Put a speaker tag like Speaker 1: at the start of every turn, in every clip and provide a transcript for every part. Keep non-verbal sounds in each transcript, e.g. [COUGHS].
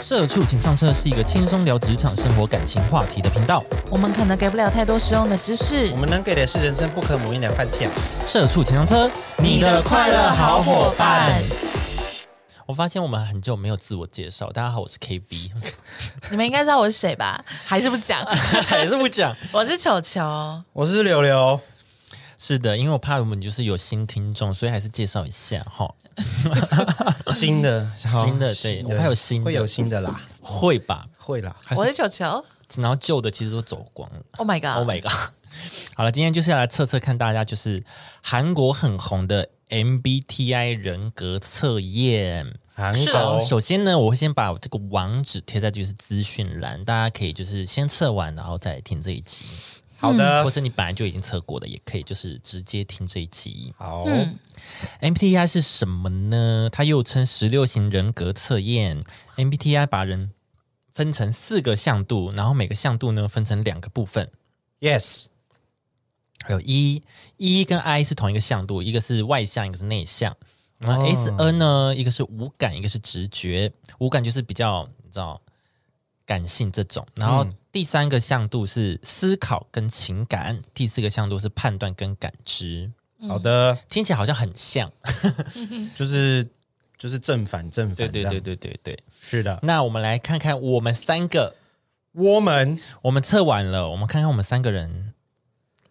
Speaker 1: 社畜请上车是一个轻松聊职场、生活、感情话题的频道。
Speaker 2: 我们可能给不了太多实用的知识
Speaker 3: 我。们能给的是人生不可磨灭的饭票。
Speaker 1: 社畜请上车，
Speaker 2: 你的快乐好伙伴。
Speaker 1: 我发现我们很久没有自我介绍。大家好，我是 KB，
Speaker 2: 你们应该知道我是谁吧？还是不讲？
Speaker 1: [LAUGHS] 还是不讲。
Speaker 2: 我是球球。
Speaker 3: 我是柳柳，
Speaker 1: 是的，因为我怕我们就是有新听众，所以还是介绍一下哈。
Speaker 3: 新的，
Speaker 1: 新的对我怕有新的
Speaker 3: 会有新的啦，
Speaker 1: 会吧？
Speaker 3: 会啦。
Speaker 1: 还
Speaker 2: 我是
Speaker 1: 是
Speaker 2: 球球。
Speaker 1: 然后旧的其实都走光了。
Speaker 2: Oh my god！
Speaker 1: Oh my god！好 [LAUGHS] 了，今天就是要来测测看大家就是韩国很红的 MBTI 人格测验。
Speaker 3: 韩
Speaker 2: 是
Speaker 1: 好，
Speaker 3: 国
Speaker 2: 哦
Speaker 1: 首先呢，我会先把这个网址贴在就是资讯栏，大家可以就是先测完，然后再听这一集，
Speaker 3: 好的
Speaker 1: 或，者你本来就已经测过的，也可以就是直接听这一集。
Speaker 3: 好，
Speaker 1: MBTI 是什么呢？它又称十六型人格测验。MBTI 把人分成四个向度，然后每个向度呢分成两个部分，
Speaker 3: Yes，
Speaker 1: 还有 E E 跟 I 是同一个向度，一个是外向，一个是内向。然后 S N 呢，一个是无感，一个是直觉。无感就是比较你知道感性这种。然后第三个向度是思考跟情感，第四个向度是判断跟感知。
Speaker 3: 好的，
Speaker 1: 听起来好像很像，
Speaker 3: 就是就是正反正反，
Speaker 1: 对对对，对对对。
Speaker 3: 是的，
Speaker 1: 那我们来看看我们三个，
Speaker 3: 我们
Speaker 1: 我们测完了，我们看看我们三个人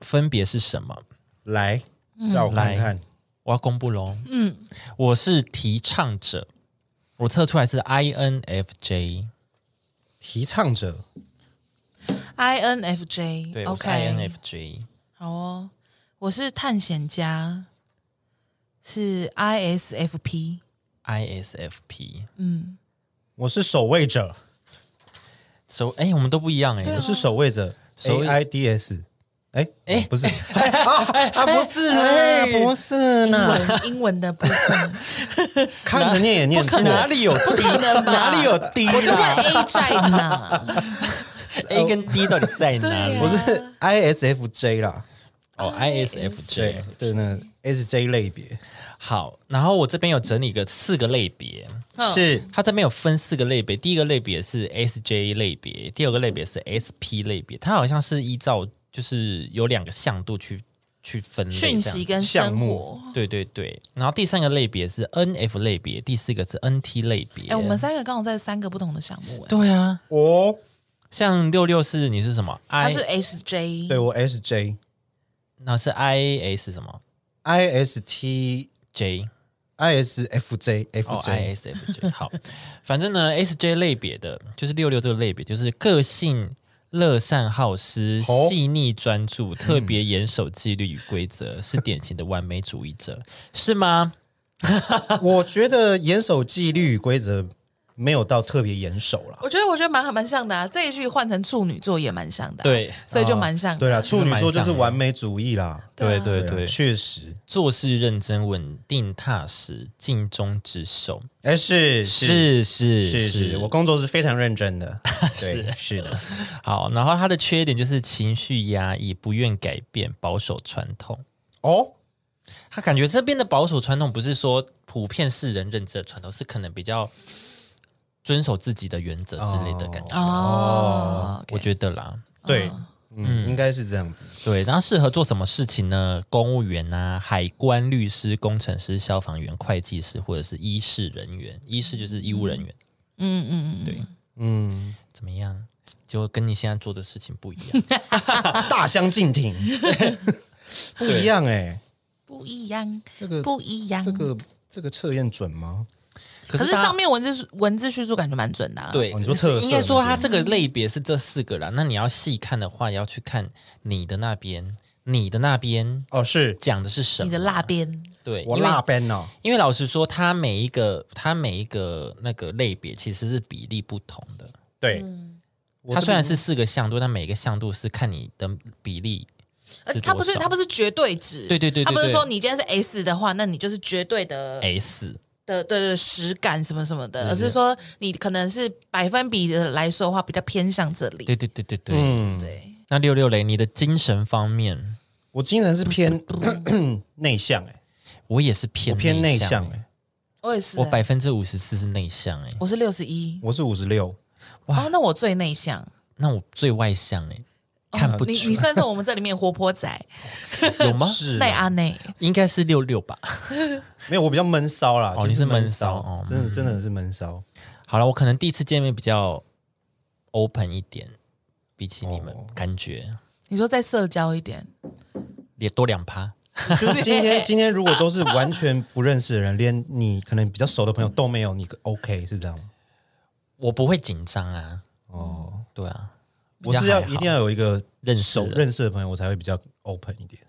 Speaker 1: 分别是什么。
Speaker 3: 来让我看看，
Speaker 1: 我要公布喽。嗯，我是提倡者，我测出来是 INFJ，
Speaker 3: 提倡者
Speaker 2: INFJ。
Speaker 1: 对我是
Speaker 2: OK。
Speaker 1: INFJ。
Speaker 2: 好哦。我是探险家，是 ISFP。
Speaker 1: ISFP，
Speaker 3: 我是守卫者，
Speaker 1: 手哎、我们都不一样哎、
Speaker 2: 啊
Speaker 3: 我是守卫者
Speaker 1: 守卫
Speaker 3: ，AIDS，哎哎，不是，啊啊不是啦，不是
Speaker 2: 英
Speaker 1: 啊
Speaker 3: 啦，
Speaker 2: 文英文的
Speaker 1: [LAUGHS]
Speaker 2: 部分，
Speaker 3: 看着念也念出来
Speaker 1: 哪。里有 D 呢？哪里有 D
Speaker 2: 我就
Speaker 1: 啦
Speaker 2: 问 A 在
Speaker 1: [LAUGHS]
Speaker 2: 哪？
Speaker 1: ？A 跟 D 到底在哪里？
Speaker 2: 对啊
Speaker 3: 我是 ISFJ 啦，
Speaker 1: 哦
Speaker 3: 对
Speaker 1: ，ISFJ。
Speaker 3: 对，那 SJ 类别
Speaker 1: 好，然后我这边有整理个四个类别，
Speaker 2: 嗯
Speaker 3: 是
Speaker 1: 它这边有分四个类别，第一个类别是 SJ 类别，第二个类别是 SP 类别，它好像是依照就是有两个向度去去分类这样
Speaker 2: [LAUGHS] 讯
Speaker 1: 子，
Speaker 2: 息跟
Speaker 3: 项
Speaker 2: 生
Speaker 3: 目
Speaker 2: 活。
Speaker 1: 对对对，然后第三个类别是 NF 类别，第四个是 NT 类别。
Speaker 2: 哎、我们三个刚好在三个不同的项目、哎，
Speaker 1: 对啊，
Speaker 3: 我，
Speaker 1: 像六六是你是什么
Speaker 2: 他
Speaker 1: ？I
Speaker 2: 是 SJ，
Speaker 3: 对我 SJ。
Speaker 1: 那是 I S 什么
Speaker 3: I S T
Speaker 1: J
Speaker 3: I S F J
Speaker 1: 哦
Speaker 3: F
Speaker 1: I
Speaker 3: J，
Speaker 1: S F J 好，反正呢 S J 类别的就是六六这个类别，就是个性乐善好施、
Speaker 3: 哦
Speaker 1: 细腻专注，特别严守纪律与规则，是典型的完美主义者，是吗？
Speaker 3: 我觉得严守纪律与规则没有到特别严守啦。
Speaker 2: 我觉得我觉得蛮蛮像的啊，这一句换成处女座也蛮像的、，啊
Speaker 1: 对啊
Speaker 2: 所以就蛮像的、
Speaker 3: 对啦，处女座
Speaker 1: 蛮像
Speaker 3: 就
Speaker 1: 的
Speaker 3: 是完美主义啦。
Speaker 1: 对
Speaker 2: 对啊
Speaker 1: 对对，
Speaker 3: 确实，
Speaker 1: 做事认真、稳定、踏实、尽忠职守。
Speaker 3: 哎，是
Speaker 1: 是是
Speaker 3: 是是，我工作是非常认
Speaker 1: [LAUGHS]
Speaker 3: 真的。对，是的，
Speaker 1: 好。然后他的缺点就是情绪压抑、不愿改变、保守传统。
Speaker 3: 哦，
Speaker 1: 他感觉这边的保守传统不是说普遍世人认知的传统，是可能比较遵守自己的原则之类的感觉。
Speaker 2: 哦，
Speaker 1: 我觉得啦，
Speaker 3: 对，嗯，应该是这样子。
Speaker 1: 对。然后适合做什么事情呢？公务员啊、海关、律师、工程师、消防员、会计师，或者是医事人员。医事就是医务人员。
Speaker 2: 嗯嗯嗯，
Speaker 1: 对，
Speaker 3: 嗯，
Speaker 1: 怎么样？就跟你现在做的事情不一
Speaker 2: [LAUGHS]
Speaker 1: 样。嗯
Speaker 3: 大相
Speaker 1: [LAUGHS]
Speaker 3: 径庭，不一样哎。
Speaker 2: 不一样，
Speaker 3: 这个
Speaker 2: 不一样。
Speaker 3: 这个这个测验准吗？
Speaker 1: 可
Speaker 2: 可是
Speaker 1: 大家
Speaker 2: 上面文字文字叙述感觉蛮准的、啊，，
Speaker 1: 对，
Speaker 3: 哦你说特色
Speaker 1: 应该说
Speaker 3: 那
Speaker 1: 它这个类别是这四个啦。那你要细看的话，也要去看你的那边，你的那边
Speaker 3: 哦，是
Speaker 1: 讲的是什
Speaker 2: 你
Speaker 1: 么？
Speaker 2: 的辣边，
Speaker 1: 对，
Speaker 3: 我
Speaker 1: 因为
Speaker 3: 辣边哦。
Speaker 1: 因为老实说，它每一个它每一个那个类别其实是比例不同的。
Speaker 3: 对，
Speaker 1: 嗯
Speaker 3: 我
Speaker 1: 它
Speaker 3: 这
Speaker 1: 虽然
Speaker 3: 边
Speaker 1: 是四个向度，但每个向度是看你的比例。
Speaker 2: 而且它不是
Speaker 1: 多少
Speaker 2: 它不是绝对值，
Speaker 1: 对对对对
Speaker 2: 它不是
Speaker 1: 对哎
Speaker 2: 说你今天是 S 的话，那你就是绝对的
Speaker 3: 呃
Speaker 1: S
Speaker 2: 的对对实感什么什么的，而是说你可能是百分比的来说的话，比较偏向这里，
Speaker 1: 对对对对对。
Speaker 3: 嗯，
Speaker 2: 对，
Speaker 1: 那六六雷，你的精神方面， [COUGHS]
Speaker 3: 我精神是偏内向哎、
Speaker 1: 我也是偏
Speaker 3: 我偏内
Speaker 1: 向欸
Speaker 3: 向哎、
Speaker 2: 我也是、
Speaker 1: 我
Speaker 2: 欸，
Speaker 1: 百分之五十四是内向哎、
Speaker 2: 我是六十一，
Speaker 3: 我是五十六，
Speaker 2: 哦，那我最内向，
Speaker 1: 那我最外向哎、看不
Speaker 2: 哦
Speaker 1: 出
Speaker 2: 你你算是我们这里面活泼
Speaker 1: [LAUGHS]
Speaker 2: 仔，
Speaker 1: 有
Speaker 3: [LAUGHS]
Speaker 1: 吗？
Speaker 3: 是啊
Speaker 2: 内阿内，
Speaker 1: 应该是六六吧。
Speaker 3: 没有我比较闷骚啦。
Speaker 1: 哦
Speaker 3: 就
Speaker 1: 你是闷
Speaker 3: 闷
Speaker 1: 骚哦
Speaker 3: 真的真的是闷
Speaker 1: [LAUGHS]
Speaker 3: 骚。
Speaker 1: [LAUGHS] 好了，我可能第一次见面比较 open 一点，比起你们、感觉
Speaker 2: 你说再社交一点，
Speaker 1: 也多两趴。
Speaker 3: 就是今天今天如果都是完全不认识的人，连你可能比较熟的朋友都没有，你 OK 是这样吗？
Speaker 1: 我不会紧张啊。哦，对啊，比
Speaker 3: 我
Speaker 1: 较
Speaker 3: 是要
Speaker 1: 还好
Speaker 3: 一定要有一个
Speaker 1: 认识
Speaker 3: 熟
Speaker 1: 的
Speaker 3: 认识的朋友，我才会比较 open 一点。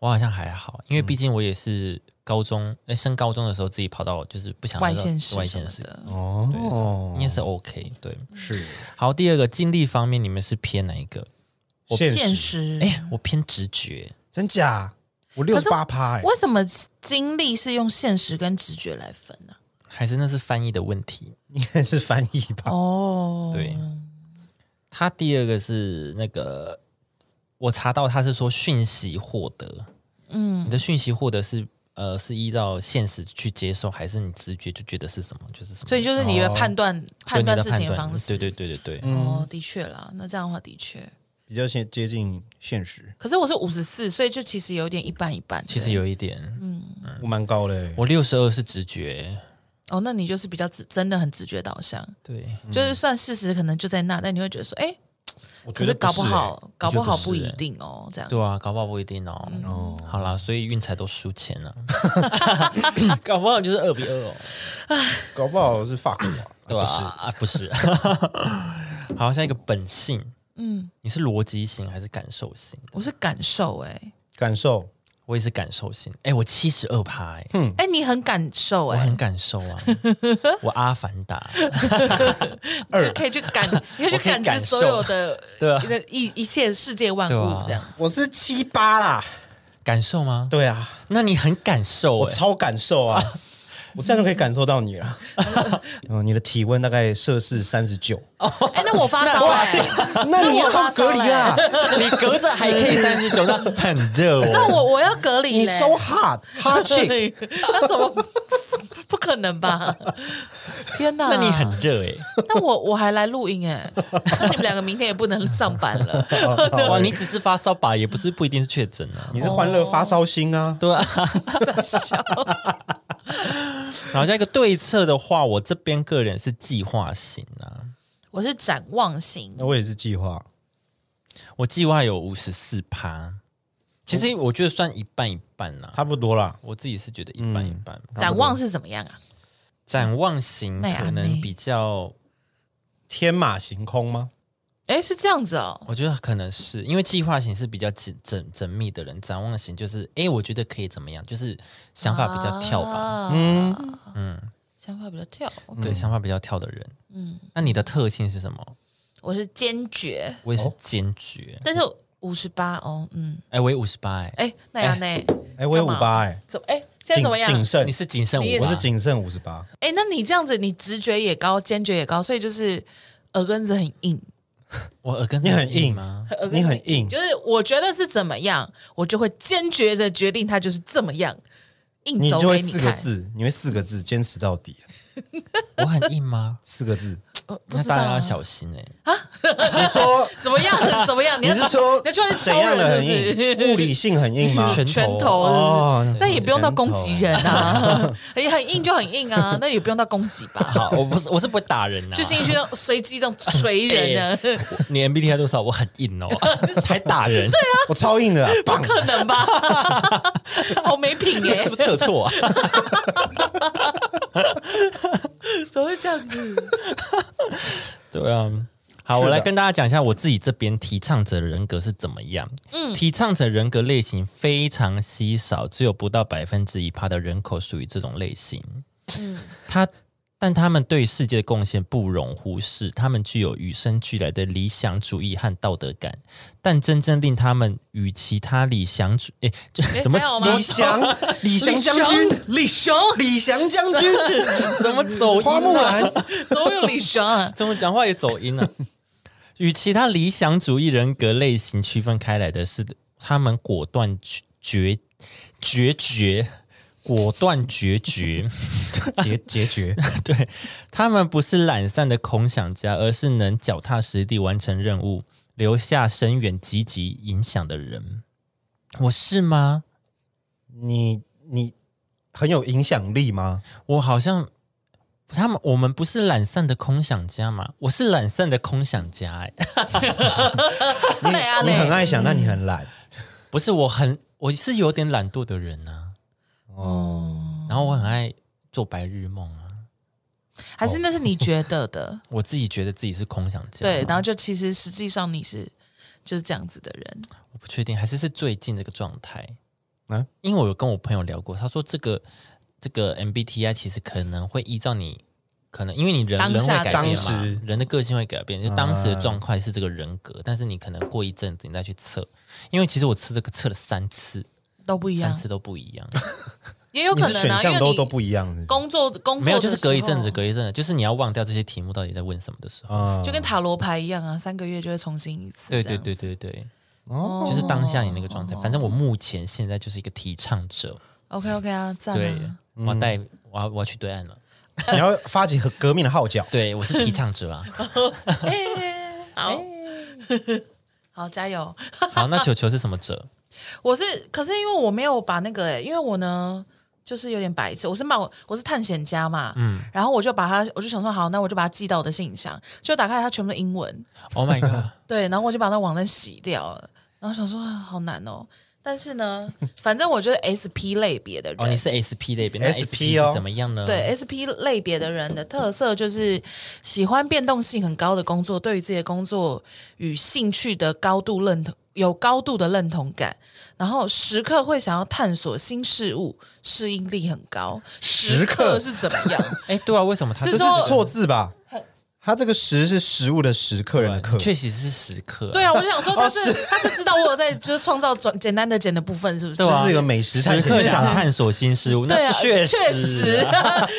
Speaker 1: 我好像还好，因为毕竟我也是高中，呃升高中的时候自己跑到就是不想
Speaker 2: 外县市
Speaker 1: 外
Speaker 2: 什
Speaker 1: 县
Speaker 2: 么
Speaker 1: 市，
Speaker 2: 的，
Speaker 3: 哦，
Speaker 1: 应该是 OK。对，
Speaker 3: 是
Speaker 1: 好，第二个经历方面，你们是偏哪一个？哦
Speaker 2: 现实。
Speaker 1: 哎、我偏直觉，
Speaker 3: 真假？我六
Speaker 2: 是
Speaker 3: 十八趴哎，
Speaker 2: 为什么经历是用现实跟直觉来分呢、
Speaker 1: 还是那是翻译的问题？
Speaker 3: 应该是翻译吧？
Speaker 2: 哦，
Speaker 1: 对，他第二个是那个，我查到他是说讯息获得，嗯，你的讯息获得是呃是依照现实去接受，还是你直觉就觉得是什么就是什么？
Speaker 2: 所以就是你的判断、
Speaker 1: 哦对
Speaker 2: 判
Speaker 1: 你的
Speaker 2: 断事情的方式。
Speaker 1: 对对对对对，嗯
Speaker 2: 哦，的确啦，那这样的话的确。
Speaker 3: [LAUGHS] 比较现接近现实，
Speaker 2: 可是我是五十四，所以就其实有点一半一半。
Speaker 1: 其实
Speaker 2: 对
Speaker 1: 有一
Speaker 2: 嗯
Speaker 1: 点，
Speaker 3: 我蛮高的欸。
Speaker 1: 我六十二是直觉，
Speaker 2: 哦，那你就是比较直，真的很直觉导向，
Speaker 1: 对，
Speaker 2: 就是算事实可能就在那，但你会觉得说，哎，
Speaker 3: 我
Speaker 2: 可
Speaker 3: 觉
Speaker 2: 是
Speaker 3: 得
Speaker 2: 搞不
Speaker 3: 不是欸，
Speaker 2: 好，搞
Speaker 1: 我觉得
Speaker 2: 好
Speaker 1: 不是
Speaker 2: 不一
Speaker 1: 欸
Speaker 2: 定哦，这样。
Speaker 1: 对啊，搞不好不一定哦。
Speaker 3: 哦
Speaker 1: 好啦，所以运财都输钱
Speaker 2: [LAUGHS]
Speaker 1: 了、 [LAUGHS] 搞不好就是二比二哦，
Speaker 3: 搞不好是法国 [COUGHS] 啊，
Speaker 1: 对吧、啊？不是， [LAUGHS] 好，下一个本性，嗯，你是逻辑型还是感受型？
Speaker 2: 我是感受、哎，
Speaker 3: 感受
Speaker 1: 我也是感受型，哎、我七十二趴，哎、
Speaker 2: 哎，你很感受、
Speaker 1: 我
Speaker 2: 哎
Speaker 1: 很，感受 [LAUGHS] 啊，我阿凡达，
Speaker 2: 就可以去
Speaker 1: [LAUGHS]
Speaker 2: 感，你可以去
Speaker 1: 我可以
Speaker 2: 感
Speaker 1: 感
Speaker 2: 知
Speaker 1: 受
Speaker 2: 所有的
Speaker 1: 对啊
Speaker 2: 一个一一切世界万
Speaker 1: 对
Speaker 2: 物
Speaker 1: 啊
Speaker 2: 这样。
Speaker 3: 我是七八啦，
Speaker 1: 感受吗？
Speaker 3: 对啊，
Speaker 1: 那你很感受、
Speaker 3: 我
Speaker 1: 哎，
Speaker 3: 超感受啊， [LAUGHS] 我这样就可以感受到你 [LAUGHS] 了。嗯，你的体温大概摄氏三十九，
Speaker 2: 哎、那我发
Speaker 1: [LAUGHS]
Speaker 2: 烧了、哎
Speaker 3: [LAUGHS] 那你要隔离
Speaker 2: [LAUGHS]
Speaker 3: 啊，
Speaker 1: 你隔着还可以三十九，那很热
Speaker 2: 那
Speaker 1: 哦。
Speaker 2: 我我要隔离
Speaker 3: 你
Speaker 2: 嘞、
Speaker 3: so hot hot chick，
Speaker 2: [LAUGHS] 那怎么不可能吧？天
Speaker 1: [LAUGHS]
Speaker 2: 哪！
Speaker 1: [LAUGHS] 那你很，热哎、
Speaker 2: 那我我还来录音哎、那你们两个明天也不能上班了。
Speaker 1: [LAUGHS] 哇，你只是发烧吧，也不是不一定是确诊啊。
Speaker 3: [LAUGHS] 你是欢乐发烧星啊，
Speaker 1: 对啊，
Speaker 2: 傻笑
Speaker 1: 然后下一个对策的话，我这边个人是计划型啊，
Speaker 2: 我是展望型，
Speaker 1: 哦
Speaker 3: 那我也是计划，
Speaker 1: 我计划有五十四趴，其实我觉得算一半一半啊啦、
Speaker 3: 差不多啦。
Speaker 1: 我自己是觉得一半一半。
Speaker 3: 嗯
Speaker 2: 展望是怎么样啊？
Speaker 1: 展望型
Speaker 2: 那也
Speaker 1: 可能比较，
Speaker 3: 天马行空吗？
Speaker 2: 哎，是这样子哦。
Speaker 1: 我觉得呃可能是因为计划型是比较紧缜缜密的人，展望型就是哎、诶我觉得可以怎么样，就是想法比较跳吧，
Speaker 2: 啊、嗯想法比较跳。
Speaker 3: 嗯
Speaker 1: 对，想法比较跳的人。嗯，那你的特性是什么？
Speaker 2: 我是坚决，
Speaker 1: 我
Speaker 3: 哦
Speaker 1: 也是坚决，
Speaker 2: 但是五十八哦，嗯，
Speaker 1: 哎、我也五十八，哎，
Speaker 2: 哎，那样呢？
Speaker 3: 哎，我有五
Speaker 2: 干嘛
Speaker 3: 八哎，
Speaker 2: 怎么？哎，现在
Speaker 3: 谨
Speaker 2: 怎么样？
Speaker 3: 谨慎
Speaker 1: 你，是谨慎
Speaker 2: 你也
Speaker 1: 五，
Speaker 3: 我是谨慎五十八，
Speaker 2: 哎，那你这样子，你直觉也高，坚决也高，所以就是耳根子很硬。
Speaker 1: 我耳根子
Speaker 3: 你很硬
Speaker 1: 吗？
Speaker 2: 耳根子
Speaker 3: 你很硬，
Speaker 2: 就是我觉得是怎么样，我就会坚决的决定它就是这么样，硬
Speaker 3: 你
Speaker 2: 走
Speaker 3: 就会
Speaker 2: 给你
Speaker 3: 四个
Speaker 2: 看。
Speaker 3: 字，你会四个字坚持到底，
Speaker 1: 我很硬吗？
Speaker 3: 四个字。
Speaker 2: 呃 [LAUGHS] 不
Speaker 1: 那
Speaker 2: 知道、
Speaker 1: 大家
Speaker 2: 啊、
Speaker 1: 要小心哎、
Speaker 3: 你是说
Speaker 2: 怎么
Speaker 3: [LAUGHS]
Speaker 2: 样？怎么样？你
Speaker 3: 你
Speaker 2: 要
Speaker 3: 是说
Speaker 2: [LAUGHS] 你要去外面
Speaker 3: 怎
Speaker 2: 敲
Speaker 3: 样的
Speaker 2: 人
Speaker 3: 很
Speaker 2: 是不是？
Speaker 3: 硬？物理性很
Speaker 2: [LAUGHS]
Speaker 3: 硬吗？
Speaker 1: 拳
Speaker 2: 拳头
Speaker 3: 哦
Speaker 2: 是不是但也不用到攻击人
Speaker 3: [LAUGHS]
Speaker 2: 啊，也很硬就很硬啊，那也不用到攻击吧，
Speaker 1: 好，我不是我是不会打人呐、啊
Speaker 2: [LAUGHS] 就进去那种随机这种捶人呢、
Speaker 1: 你 MBTI 多少？我很
Speaker 2: [LAUGHS]
Speaker 1: 硬哦， [LAUGHS] 还打人，对啊，
Speaker 3: 我超硬的啊，棒！
Speaker 2: 可能
Speaker 3: [LAUGHS]
Speaker 2: 吧？好没品耶、
Speaker 1: 是不是测错啊？
Speaker 2: 怎么会这样 [LAUGHS] 子？
Speaker 1: 对啊。好，
Speaker 3: 是的
Speaker 1: 我来跟大家讲一下我自己这边提倡者的人格是怎么样。嗯，提倡者人格类型非常稀少，只有不到百分之一趴的人口属于这种类型。 [LAUGHS] 他，但他们对世界的贡献不容忽视，他们具有与生俱来的理想主义和道德感，但真正令他们与其他理想主，诶，这
Speaker 2: 诶
Speaker 1: 怎么
Speaker 2: 还好吗
Speaker 3: 李翔，
Speaker 2: [LAUGHS]
Speaker 3: 李翔将军，
Speaker 2: 李雄，
Speaker 3: 李翔将
Speaker 2: [LAUGHS]
Speaker 3: 军，
Speaker 1: 怎么走
Speaker 3: 花木
Speaker 1: 音啊？
Speaker 3: 兰，
Speaker 2: 怎么有李雄啊？
Speaker 1: 怎么讲话也走音
Speaker 3: [LAUGHS]
Speaker 1: 了、与其他理想主义人格类型区分开来的是，他们果断决决决绝。果断决绝。
Speaker 3: 结结 [LAUGHS] 决，
Speaker 1: [LAUGHS] 对他们不是懒散的空想家，而是能脚踏实地完成任务，留下深远积极影响的人。我是吗？
Speaker 3: 你你很有影响力吗？
Speaker 1: 我好像他们我们不是懒散的空想家嘛？我是懒散的空想家、欸，哎，
Speaker 2: 对啊，
Speaker 3: 你
Speaker 2: 对
Speaker 3: 很爱想，但你很懒。
Speaker 1: 不是我很我是有点懒惰的人啊。哦，然后我很爱做白日梦啊，
Speaker 2: [LAUGHS] 还是那是你觉得的，
Speaker 1: 我自己觉得自己是空想家，
Speaker 2: [LAUGHS] 对，啊然后就其实实际上你是就是这样子的人，
Speaker 1: 我不确定，还是是最近这个状态。
Speaker 3: 啊
Speaker 1: 因为我有跟我朋友聊过，他说这个这个 MBTI 其实可能会依照你可能因为你人
Speaker 2: 当
Speaker 1: 人会
Speaker 2: 下
Speaker 1: 改
Speaker 2: 的
Speaker 1: 变
Speaker 3: 当
Speaker 1: 嘛
Speaker 3: 时，
Speaker 1: 人的个性会改变，就当时的状况是这个人格，但是你可能过一阵子你再去测，因为其实我测这个测了三次，
Speaker 2: 都不一
Speaker 1: 三
Speaker 2: 样，
Speaker 1: 次都不一样，
Speaker 2: 也有
Speaker 3: 你
Speaker 2: 可
Speaker 3: 是
Speaker 2: 能
Speaker 3: 选
Speaker 2: 啊，因
Speaker 3: 项
Speaker 2: 为
Speaker 3: 都
Speaker 2: 你
Speaker 3: 都不一样是不是
Speaker 2: 工作工作
Speaker 1: 没有就是
Speaker 2: 的时
Speaker 1: 隔一阵子
Speaker 2: 候
Speaker 1: 隔一阵子，就是你要忘掉这些题目到底在问什么的时候，
Speaker 3: 啊
Speaker 2: 就跟塔罗牌一样啊，三个月就会重新一次，
Speaker 1: 对
Speaker 2: 这
Speaker 1: 对
Speaker 2: 样哦
Speaker 1: 对对对，
Speaker 3: 哦
Speaker 1: 就是当下你那个状态。反正我目前现在就是一个提倡者，
Speaker 2: ，OK OK 啊，赞
Speaker 1: 对
Speaker 2: 啊，，
Speaker 1: 我要带我要我要去对岸了。
Speaker 3: 你要发起和革命的
Speaker 2: [LAUGHS]
Speaker 3: 号角。
Speaker 1: 对，我是提倡者啊。 [LAUGHS]
Speaker 2: 好好加油。
Speaker 1: 好，那球球是什么者？
Speaker 2: 我是，可是因为我没有把那个、欸，因为我呢就是有点白痴，我是冒我是探险家嘛，嗯，然后我就把它，我就想说好，那我就把它寄到我的信箱，就打开它全部都英文，
Speaker 1: Oh my god！
Speaker 2: 对，然后我就把那网站洗掉了，然后想说啊好难哦，但是呢，反正我就是 SP 类别的人，
Speaker 1: 哦，
Speaker 2: [LAUGHS]
Speaker 1: 你是 SP 类别，那
Speaker 3: SP
Speaker 1: SP
Speaker 3: 哦
Speaker 1: 是怎么样呢？
Speaker 2: 对 SP 类别的人的特色就是喜欢变动性很高的工作，对于自己的工作与兴趣的高度认同，有高度的认同感，然后时刻会想要探索新事物，适应力很高。时刻是怎么样？ [LAUGHS]
Speaker 1: 哎，对啊，为什么他
Speaker 2: 是
Speaker 3: 这
Speaker 2: 说
Speaker 3: 是错字吧？他这个“食”是食物的“食”，客人的“客”。
Speaker 1: 确实是时刻。
Speaker 2: 对啊，我就想说他是
Speaker 3: 哦
Speaker 2: 他是知道我有在就是创造转简单的简的部分，是不是？
Speaker 1: 对啊
Speaker 3: 这是一个美食探
Speaker 1: 时
Speaker 3: 险
Speaker 1: 刻想
Speaker 3: 家，
Speaker 1: 探索新事物，
Speaker 2: 对
Speaker 1: 那
Speaker 2: 啊，
Speaker 1: 确实
Speaker 2: 确实， [LAUGHS]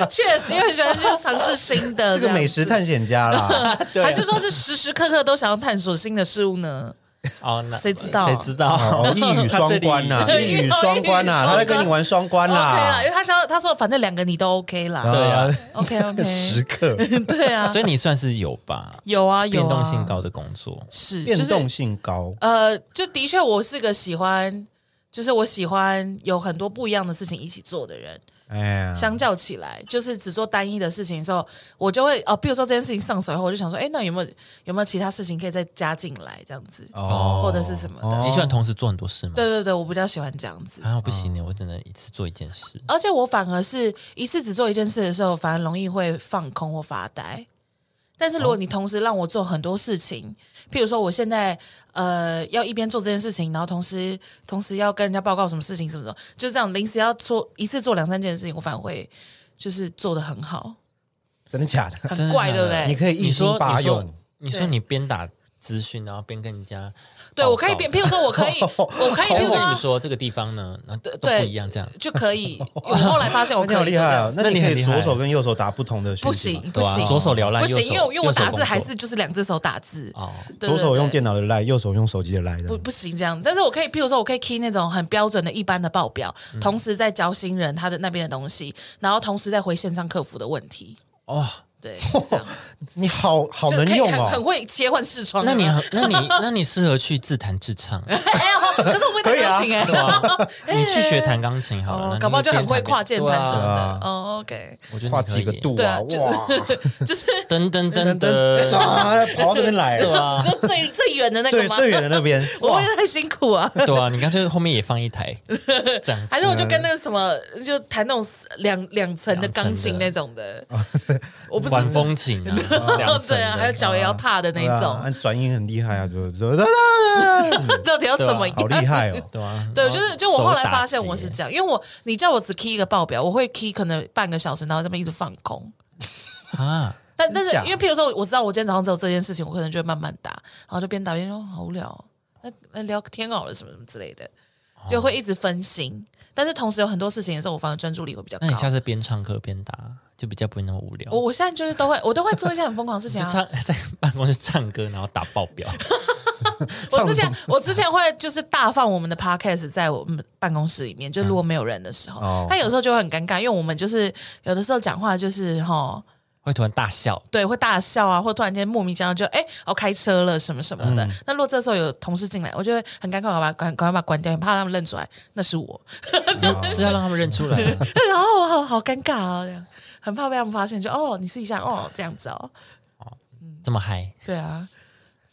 Speaker 2: 确实，因为喜欢去尝试新的，
Speaker 3: 是个美食探险家啦。
Speaker 2: 这样子，还是说是时时刻刻都想要探索新的事物呢？
Speaker 1: 哦，那
Speaker 2: 谁知道啊
Speaker 1: 谁知
Speaker 2: [LAUGHS]
Speaker 1: 道？
Speaker 3: 哦，一语双关呐，
Speaker 1: 他这
Speaker 2: 里
Speaker 3: 一语双关呐，
Speaker 2: 一语双关
Speaker 3: 他在跟你玩双关
Speaker 2: OK 啦，因
Speaker 3: 啦。
Speaker 2: 为他说他说反正两个你都 OK 啦。
Speaker 1: 对啊
Speaker 3: 啊
Speaker 2: OK
Speaker 3: 时
Speaker 2: OK，
Speaker 3: 刻
Speaker 2: 对啊，
Speaker 1: 所以你算是有吧？
Speaker 2: 有啊有啊
Speaker 1: 变动性高的工作，
Speaker 2: 是
Speaker 3: 变
Speaker 2: 就
Speaker 3: 动
Speaker 2: 是
Speaker 3: 性高，
Speaker 2: 呃，就的确我是个喜欢，就是我喜欢有很多不一样的事情一起做的人。
Speaker 3: 哎呀，
Speaker 2: 相较起来，就是只做单一的事情的时候，我就会哦，比如说这件事情上手以后，我就想说，哎，那有没有有没有其他事情可以再加进来这样子，
Speaker 3: 哦
Speaker 2: 或者是什么的？
Speaker 1: 你喜欢同时做很多事吗？
Speaker 2: 对哦对对，我比较喜欢这样子。
Speaker 1: 啊，我不行呢，我只能一次做一件事。
Speaker 2: 而且我反而是一次只做一件事的时候，反而容易会放空或发呆。但是如果你同时让我做很多事情，譬如说我现在呃要一边做这件事情，然后同时同时要跟人家报告什么事情什么什么，就是这样临时要做一次做两三件事情，我反而会就是做的很好，
Speaker 3: 真的假的？
Speaker 1: 真
Speaker 2: 很
Speaker 1: 的
Speaker 2: 怪，
Speaker 1: 假
Speaker 2: 对
Speaker 1: 的
Speaker 2: 不对？
Speaker 3: 你可以一
Speaker 1: 你
Speaker 3: 心
Speaker 1: 说，
Speaker 3: 八
Speaker 1: 你
Speaker 3: 用
Speaker 1: 说，，你说你边打资讯，然后边跟人家
Speaker 2: 对我可以
Speaker 1: 边
Speaker 2: 变，譬如说我可以，我可以，譬
Speaker 1: 跟
Speaker 2: 如
Speaker 1: 你
Speaker 2: 说
Speaker 1: 说这个地方呢，然后都
Speaker 2: 对
Speaker 1: 不一样这样。
Speaker 2: 就可以。我后来发现我
Speaker 3: 那你好
Speaker 2: 可以
Speaker 3: 厉
Speaker 2: 就这
Speaker 3: 害
Speaker 2: 样
Speaker 3: 啊！
Speaker 2: 子，
Speaker 3: 那你
Speaker 1: [LAUGHS] 那你
Speaker 3: 可以
Speaker 1: 很厉害
Speaker 3: 左手跟右手打不同的讯
Speaker 2: 不
Speaker 3: 息吗
Speaker 2: 行，不
Speaker 1: 对
Speaker 2: 行
Speaker 1: 啊，，左手浏览，
Speaker 2: 不
Speaker 1: 右
Speaker 2: 行，
Speaker 1: 手
Speaker 2: 因为我因为我
Speaker 1: 右手
Speaker 2: 打
Speaker 1: 工
Speaker 2: 字
Speaker 1: 作
Speaker 2: 还是就是两只手打字，
Speaker 1: 哦，
Speaker 2: 对
Speaker 3: 左手
Speaker 2: 对
Speaker 3: 用
Speaker 2: 对
Speaker 3: 电脑的来，右手用手机的来的。
Speaker 2: 不不行这样，但是我可以，譬如说，我可以 key 那种很标准的一般的报表，
Speaker 3: 嗯
Speaker 2: 同时在教新人他的那边的东西，然后同时再回线上客服的问题。
Speaker 1: 哦，
Speaker 3: [LAUGHS]
Speaker 2: 对，这样
Speaker 3: 你好好
Speaker 2: 就
Speaker 3: 能
Speaker 2: 可以
Speaker 3: 用
Speaker 2: 很很
Speaker 3: 哦，
Speaker 2: 会切换视窗。
Speaker 1: 那你很，那你那你适合去自弹自
Speaker 2: [LAUGHS]
Speaker 1: 唱，
Speaker 2: 哎呀，可是我不会弹
Speaker 3: 可以啊
Speaker 2: 钢琴哎，
Speaker 1: 你去学弹钢琴好了，那
Speaker 2: 哦
Speaker 1: 你
Speaker 2: [LAUGHS] 搞不好就很会
Speaker 1: 边弹边
Speaker 2: 跨键盘什么
Speaker 1: 对啊
Speaker 2: 的。哦，OK，
Speaker 1: 我觉得
Speaker 3: 画
Speaker 1: 你可
Speaker 3: 几
Speaker 1: 以
Speaker 3: 个度
Speaker 2: 对
Speaker 3: 啊，
Speaker 2: 啊就
Speaker 3: 哇，
Speaker 2: 就是
Speaker 1: 噔噔噔
Speaker 3: 噔噔，
Speaker 1: 噔，
Speaker 3: 咋跑到这边来了？
Speaker 1: 啊，
Speaker 2: 就
Speaker 3: [LAUGHS]
Speaker 2: 最最远的那个
Speaker 3: 对，
Speaker 2: 吗？
Speaker 3: 最远的那边，
Speaker 2: [LAUGHS] 我
Speaker 3: 哇
Speaker 2: 会，太辛苦啊。
Speaker 1: 对啊，你干脆后面也放一
Speaker 2: [LAUGHS]
Speaker 1: 台，这样
Speaker 2: 还是我就跟那个什么，就弹那种两两层的钢琴那种的，
Speaker 3: 哦
Speaker 2: 我不知
Speaker 1: 管风琴啊，两层
Speaker 2: [LAUGHS] 对啊，还有
Speaker 1: 的，
Speaker 2: 脚也要踏的那
Speaker 3: 对啊
Speaker 2: 种，
Speaker 3: 按转音很厉害啊，就就
Speaker 2: [LAUGHS] 到底要怎么样？
Speaker 3: 啊好厉害哦。
Speaker 1: 对啊，
Speaker 2: 对，就是就我后来发现
Speaker 1: 手打结
Speaker 2: 我是这样，因为我你叫我只 key 一个报表，我会 key 可能半个小时，然后这么一直放空。
Speaker 1: 啊，
Speaker 2: [LAUGHS] 但但是
Speaker 3: 假
Speaker 2: 因为譬如说我知道我今天早上只有这件事情，我可能就会慢慢打，然后就边打边说好无聊哦、那那聊天好了什么什么之类的，
Speaker 1: 哦
Speaker 2: 就会一直分心。但是同时有很多事情的时候，我反而专注力会比较高
Speaker 1: 那你。下次边唱歌边打，就比较不会那么无聊
Speaker 2: 哦我。我
Speaker 1: [LAUGHS]
Speaker 2: 现在就是都会，我都会做一些很疯狂的事情
Speaker 1: 就
Speaker 2: 啊，
Speaker 1: 唱在办公室唱歌，然后打爆表，
Speaker 2: 我
Speaker 3: 唱
Speaker 2: 之
Speaker 3: 什
Speaker 2: 前
Speaker 3: 么
Speaker 2: 我之前会就是大放我们的 podcast 在我们办公室里面，就如果没有人的时候，
Speaker 3: 哦
Speaker 2: 但有时候就会很尴尬，因为我们就是有的时候讲话就是哈，
Speaker 1: 会突然大笑，
Speaker 2: 对，会大笑啊，或突然间莫名其妙就哎，我、开车了什么什
Speaker 3: 嗯
Speaker 2: 么的。那如果这时候有同事进来，我就会很尴尬，把赶赶快把它关掉，怕他们认出来那是我， [LAUGHS]
Speaker 1: 是要让他们认出来啊。
Speaker 2: 然后我好好尴尬啊，这样很怕被他们发现，就哦你私底下哦这样子哦，
Speaker 1: 这么嗨
Speaker 2: 对啊，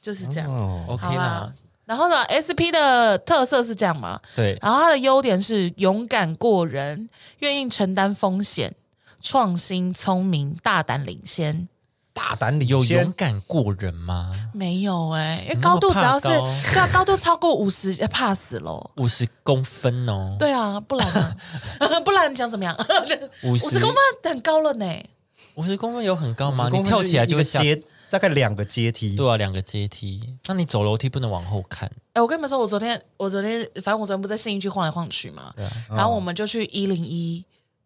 Speaker 2: 就是这样，
Speaker 3: 哦，
Speaker 1: ，OK
Speaker 2: 好啊啦
Speaker 1: 啦。。
Speaker 2: 然后呢，SP 的特色是这样嘛，
Speaker 1: 对，
Speaker 2: 然后他的优点是勇敢过人，愿意承担风险，创新、聪明、大胆领先。
Speaker 3: 大胆领
Speaker 1: 有
Speaker 3: 先
Speaker 1: 勇，敢过人吗？
Speaker 2: 没有哎、因为
Speaker 1: 你那么
Speaker 2: 高度只要是
Speaker 1: 怕高
Speaker 2: 对啊，高度超过五十怕死喽。
Speaker 1: 五十公分哦，
Speaker 2: 对啊，不然呢 [LAUGHS] 不然你想怎么样？
Speaker 1: [LAUGHS] 五
Speaker 2: 五十公分很高了呢。哎
Speaker 1: 五十公分有很高吗？
Speaker 3: 子宫
Speaker 1: 你跳起来
Speaker 3: 就
Speaker 1: 就会
Speaker 3: 是
Speaker 1: 下
Speaker 3: 一个阶，大概两个阶梯。
Speaker 1: 对啊，两个阶梯。那你走楼梯不能往后看，
Speaker 2: 哎、我跟你们说，我昨天我昨天反正我昨天不在信义区晃来晃去嘛，
Speaker 1: 啊
Speaker 2: 然
Speaker 1: 哦
Speaker 2: 后我们就去一零一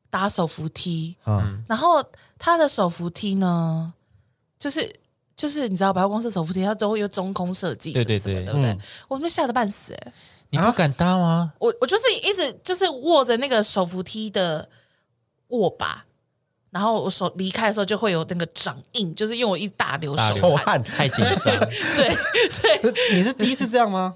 Speaker 2: 搭手扶梯，
Speaker 3: 嗯，
Speaker 2: 然后它的手扶梯呢，就是就是你知道百货公司手扶梯它都会有中空设计，
Speaker 1: 对对
Speaker 2: 什么什
Speaker 1: 对
Speaker 2: 么
Speaker 1: 嗯
Speaker 2: 对不对？我们吓得半死、欸，
Speaker 1: 你不敢搭
Speaker 2: [LAUGHS]
Speaker 1: 吗？
Speaker 2: 我我就是一直就是握着那个手扶梯的握把，然后我手离开的时候就会有那个掌印，就是因为我一大流
Speaker 1: 大
Speaker 2: 手
Speaker 1: 流
Speaker 3: 手
Speaker 2: 汗，
Speaker 3: 啊汗，
Speaker 1: 太紧张，
Speaker 2: 对对
Speaker 3: [LAUGHS] 你是第一次这样吗？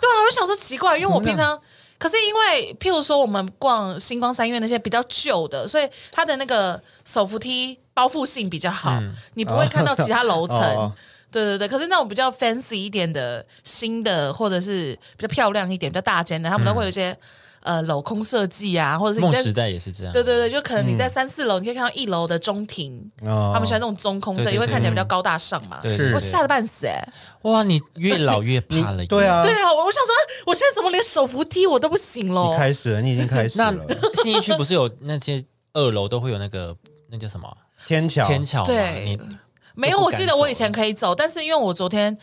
Speaker 2: 对啊，我就想说奇怪，因为我平常。可是因为，譬如说我们逛星光三月那些比较旧的，所以它的那个手扶梯包覆性比较好，
Speaker 1: 嗯
Speaker 2: 你不会看到其他楼层。
Speaker 3: 哦
Speaker 2: 对对对，可是那种比较 fancy 一点的新的，或者是比较漂亮一点、比较大间的，他们都会有一些、呃镂空设计啊，或者是
Speaker 1: 嗯
Speaker 2: 你
Speaker 1: 梦
Speaker 2: 在
Speaker 1: 时代也是这样。
Speaker 2: 对对对，就可能你在三四楼，你可以看到一楼的中庭，
Speaker 3: 嗯哦
Speaker 2: 他们喜欢那种中空色，
Speaker 1: 对对嗯
Speaker 2: 因为看起来比较高大上嘛。
Speaker 1: 对，
Speaker 3: 是
Speaker 1: 对
Speaker 2: 我
Speaker 1: 对
Speaker 2: 吓得半死哎、
Speaker 1: 哇，你越老越
Speaker 3: 你
Speaker 1: 怕了。
Speaker 3: 对。啊，
Speaker 2: 对啊，我我想说，我现在怎么连手扶梯我都不行喽
Speaker 3: 你？开始了，你已经开始
Speaker 1: 那
Speaker 3: 了。
Speaker 1: 信义区不是有那些二楼都会有那个那叫什么啊
Speaker 3: 天桥，
Speaker 1: 天桥吗？
Speaker 2: 对
Speaker 1: 你
Speaker 2: 没有，
Speaker 1: 都不
Speaker 2: 我
Speaker 1: 敢
Speaker 2: 记得我以
Speaker 1: 走
Speaker 2: 前可以走，但是因为我昨天。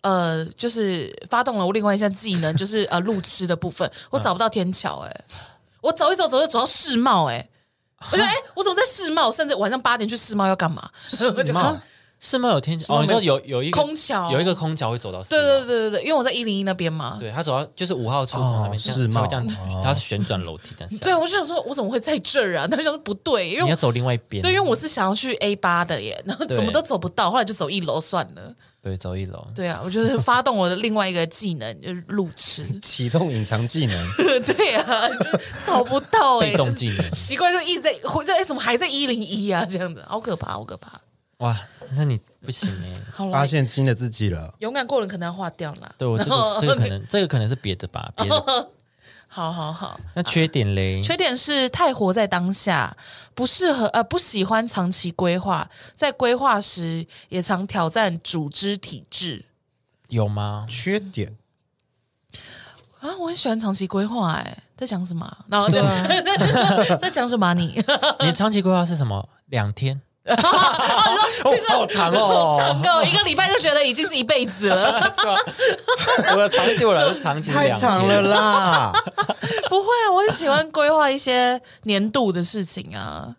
Speaker 2: 呃，就是发动了我另外一项技能，就是呃路痴的部分，我找不到天桥哎、我走一走走就走到世贸哎、我觉得哎、我怎么在世贸？甚至晚上八点去世贸要干嘛？我就
Speaker 3: 贸
Speaker 2: 啊
Speaker 1: 是吗？有天桥
Speaker 3: 吗
Speaker 1: 哦，你说有有一个
Speaker 2: 空桥
Speaker 1: 有一个空桥会走到四
Speaker 2: 哦对
Speaker 1: 楼
Speaker 2: 对对对对，因为我在一零一那边嘛，
Speaker 1: 对，他走到就是五号出口那边，这样
Speaker 3: 世
Speaker 1: 他
Speaker 3: 贸
Speaker 1: 会这样，哦他是旋转楼梯这样下
Speaker 2: 对，
Speaker 1: 来。
Speaker 2: 我就想说，我怎么会在这儿啊？但是想说不对，因为
Speaker 1: 你要
Speaker 2: 我
Speaker 1: 走另外一边。
Speaker 2: 对，因为我是想要去 A 八的耶，然后
Speaker 1: 对
Speaker 2: 怎么都走不到，后来就走一楼算了。
Speaker 1: 对走一楼。
Speaker 2: 对啊，我就是发动我的另外一个技能，就是路痴。
Speaker 3: 启动隐藏技 [LAUGHS] 能，
Speaker 2: 对啊，就是找不到哎、
Speaker 1: 被动技
Speaker 2: [LAUGHS]
Speaker 1: 能
Speaker 2: 奇怪，就一直在，我就哎、怎么还在一零一啊？这样子，好可怕，好可怕。
Speaker 1: 哇，那你不行哎、
Speaker 2: 好
Speaker 3: 发
Speaker 2: 了，
Speaker 3: 现新的自己了。
Speaker 2: 勇敢过人可能要化掉啦。
Speaker 1: 对我这
Speaker 2: [LAUGHS]
Speaker 1: 个这个可能这个可能是别的吧，别的。
Speaker 2: 好好好，
Speaker 1: 那缺点嘞？
Speaker 2: 缺点是太活在当下，不适合呃不喜欢长期规划，在规划时也常挑战组织体制
Speaker 1: 有吗？
Speaker 3: 缺点，
Speaker 2: 啊。我很喜欢长期规划、哎，在讲什么啊？然后就、
Speaker 1: 对啊
Speaker 2: 那就说 [LAUGHS] 在讲什么啊、你
Speaker 1: 你长期规划是什么？两
Speaker 2: [LAUGHS]
Speaker 1: 天？哦
Speaker 2: 其实
Speaker 1: 好长
Speaker 2: [LAUGHS]
Speaker 1: 哦
Speaker 2: 上个一个礼拜就觉得已经是一辈子了，
Speaker 1: 我的长对我来说长期
Speaker 3: 太长了。啦！
Speaker 2: 不会啊，我很喜欢规划一些年度的事情啊。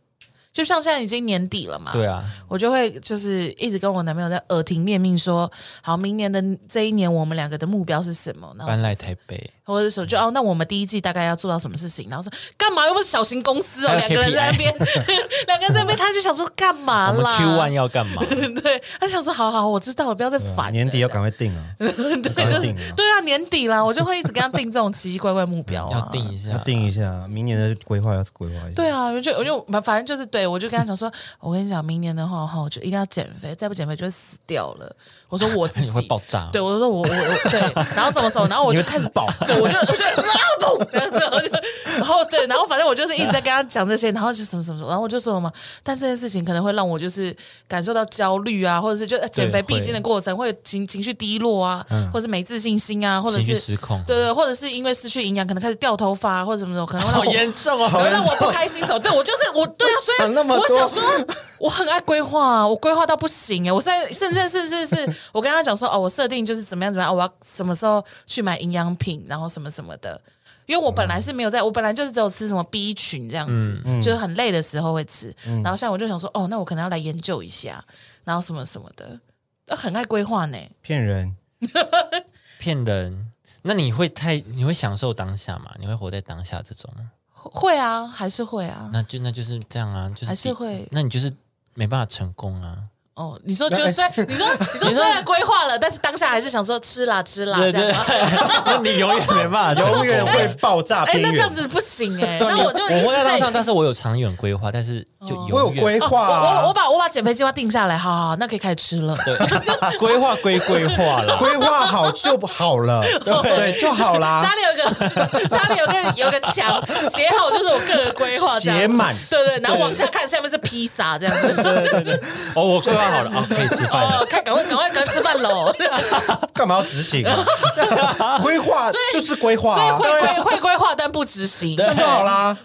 Speaker 2: 就像现在已经年底了嘛，
Speaker 1: 对啊，
Speaker 2: 我就会就是一直跟我男朋友在耳提面命说，好，明年的这一年我们两个的目标是什么？然后
Speaker 1: 搬
Speaker 2: 什么
Speaker 1: 来台北，
Speaker 2: 或者说就哦，那我们第一季大概要做到什么事情？然后说干嘛？又不是小型公司哦，
Speaker 1: 还有
Speaker 2: 两个人
Speaker 1: KPI
Speaker 2: 在那边，
Speaker 1: [LAUGHS]
Speaker 2: 两个人在那边，他就想说干嘛
Speaker 1: 我们
Speaker 2: 啦
Speaker 1: Q one 要干嘛？
Speaker 2: 对，他想说好好，我知道了，不要再烦了。
Speaker 3: 年底要赶快定啊，
Speaker 2: 对，
Speaker 3: 赶
Speaker 2: 就
Speaker 3: 快
Speaker 2: 是
Speaker 3: 定啊，
Speaker 2: 对啊，年底啦，我就会一直给他定这种奇奇怪怪目标
Speaker 1: 要
Speaker 2: 啊。
Speaker 1: 定一下，
Speaker 3: 要定一下，明年的规划要规划一下。
Speaker 2: 对啊，我就我就反反正就是对我就跟他讲说，我跟你讲，明年的话哈，我就一定要减肥，再不减肥就会死掉了。我说我自己
Speaker 1: [LAUGHS] 你会爆炸
Speaker 2: 对我说我我
Speaker 1: [LAUGHS]
Speaker 2: 我对，然后什么时候，然后我就开始爆，对我就我就啊嘣，然后就然后对，然后反正我就是一直在跟他讲这些，然后就什么什么什么，然后我就说什么，但这件事情可能会让我就是感受到焦虑啊，或者是就呃减肥必经的过程会有情情绪低落啊，或是没自信心啊，或者
Speaker 1: 嗯情绪
Speaker 2: 是
Speaker 1: 失控
Speaker 2: 对对，或者是因为失去营养可能开始掉头发啊或者什么什么，可能会让
Speaker 1: 好
Speaker 2: 我
Speaker 1: 严重哦，好严
Speaker 2: 然后让我不
Speaker 1: 重。
Speaker 2: 开心的时候，对我就是我，对啊，所以
Speaker 3: 想那么
Speaker 2: 我
Speaker 3: 多
Speaker 2: 想说，我很爱规划啊，我规划到不行哎，我现在甚至是是是，我跟他讲说，哦，我设定就是怎么样怎么样，哦我要什么时候去买营养品，然后什么什么的。因为我本来是没有在，我本来就是只有吃什么 B 群这样子，
Speaker 3: 嗯
Speaker 2: 就是很累的时候会吃。然后现在我就想说，哦，那我可能要来研究一下，然后什么什么的，呃很爱规划呢。
Speaker 3: 骗人，
Speaker 1: 骗人。那你会太你会享受当下吗？你会活在当下这种吗？
Speaker 2: 会啊，还是会啊，
Speaker 1: 那就那就是这样啊，就是
Speaker 2: 还是
Speaker 1: 第
Speaker 2: 会
Speaker 1: 那你就是没办法成功
Speaker 2: [LAUGHS]
Speaker 1: 啊。
Speaker 2: 哦。你说
Speaker 3: 哎
Speaker 2: 就虽然你说
Speaker 3: [LAUGHS]
Speaker 2: 你说虽然规划了，但是当下还是想说吃啦吃啦这样吗。
Speaker 1: [LAUGHS] 那你永远没办法成功，
Speaker 3: 永远会爆炸
Speaker 1: 啊
Speaker 2: 哎、
Speaker 3: 边
Speaker 2: 那这样
Speaker 3: 缘。
Speaker 2: 子不行哎、那我就一
Speaker 1: 我会在路
Speaker 2: 直在
Speaker 1: 上，。但是我有长远规划，但是就
Speaker 2: 哦
Speaker 1: 永远
Speaker 3: 我有规
Speaker 2: 哦
Speaker 3: 划
Speaker 2: 我我我
Speaker 3: 啊，
Speaker 2: 把我把减肥计划定下来，好好好，那可以开始吃了。
Speaker 1: 啊对规划归规划了，
Speaker 3: [LAUGHS] 规划好就不好了， [LAUGHS] 对，就好啦 [LAUGHS]
Speaker 2: 家。里有一个 [LAUGHS] 家里有个有个墙，写好就是我个人规划，这样
Speaker 3: 写满
Speaker 2: 对对，然后往下看，下面是披萨这样子。
Speaker 1: 哦，我规划好了，哦，可以吃饭
Speaker 2: 哦
Speaker 1: 了，，
Speaker 2: 看，赶快赶快赶快吃饭喽！
Speaker 1: [LAUGHS]
Speaker 3: 干嘛要执行啊？ [LAUGHS] 规划
Speaker 2: 以
Speaker 3: 就是规划
Speaker 2: 所以
Speaker 3: 啊，
Speaker 2: 会规会规划，但不执行。
Speaker 3: 这样就好啦。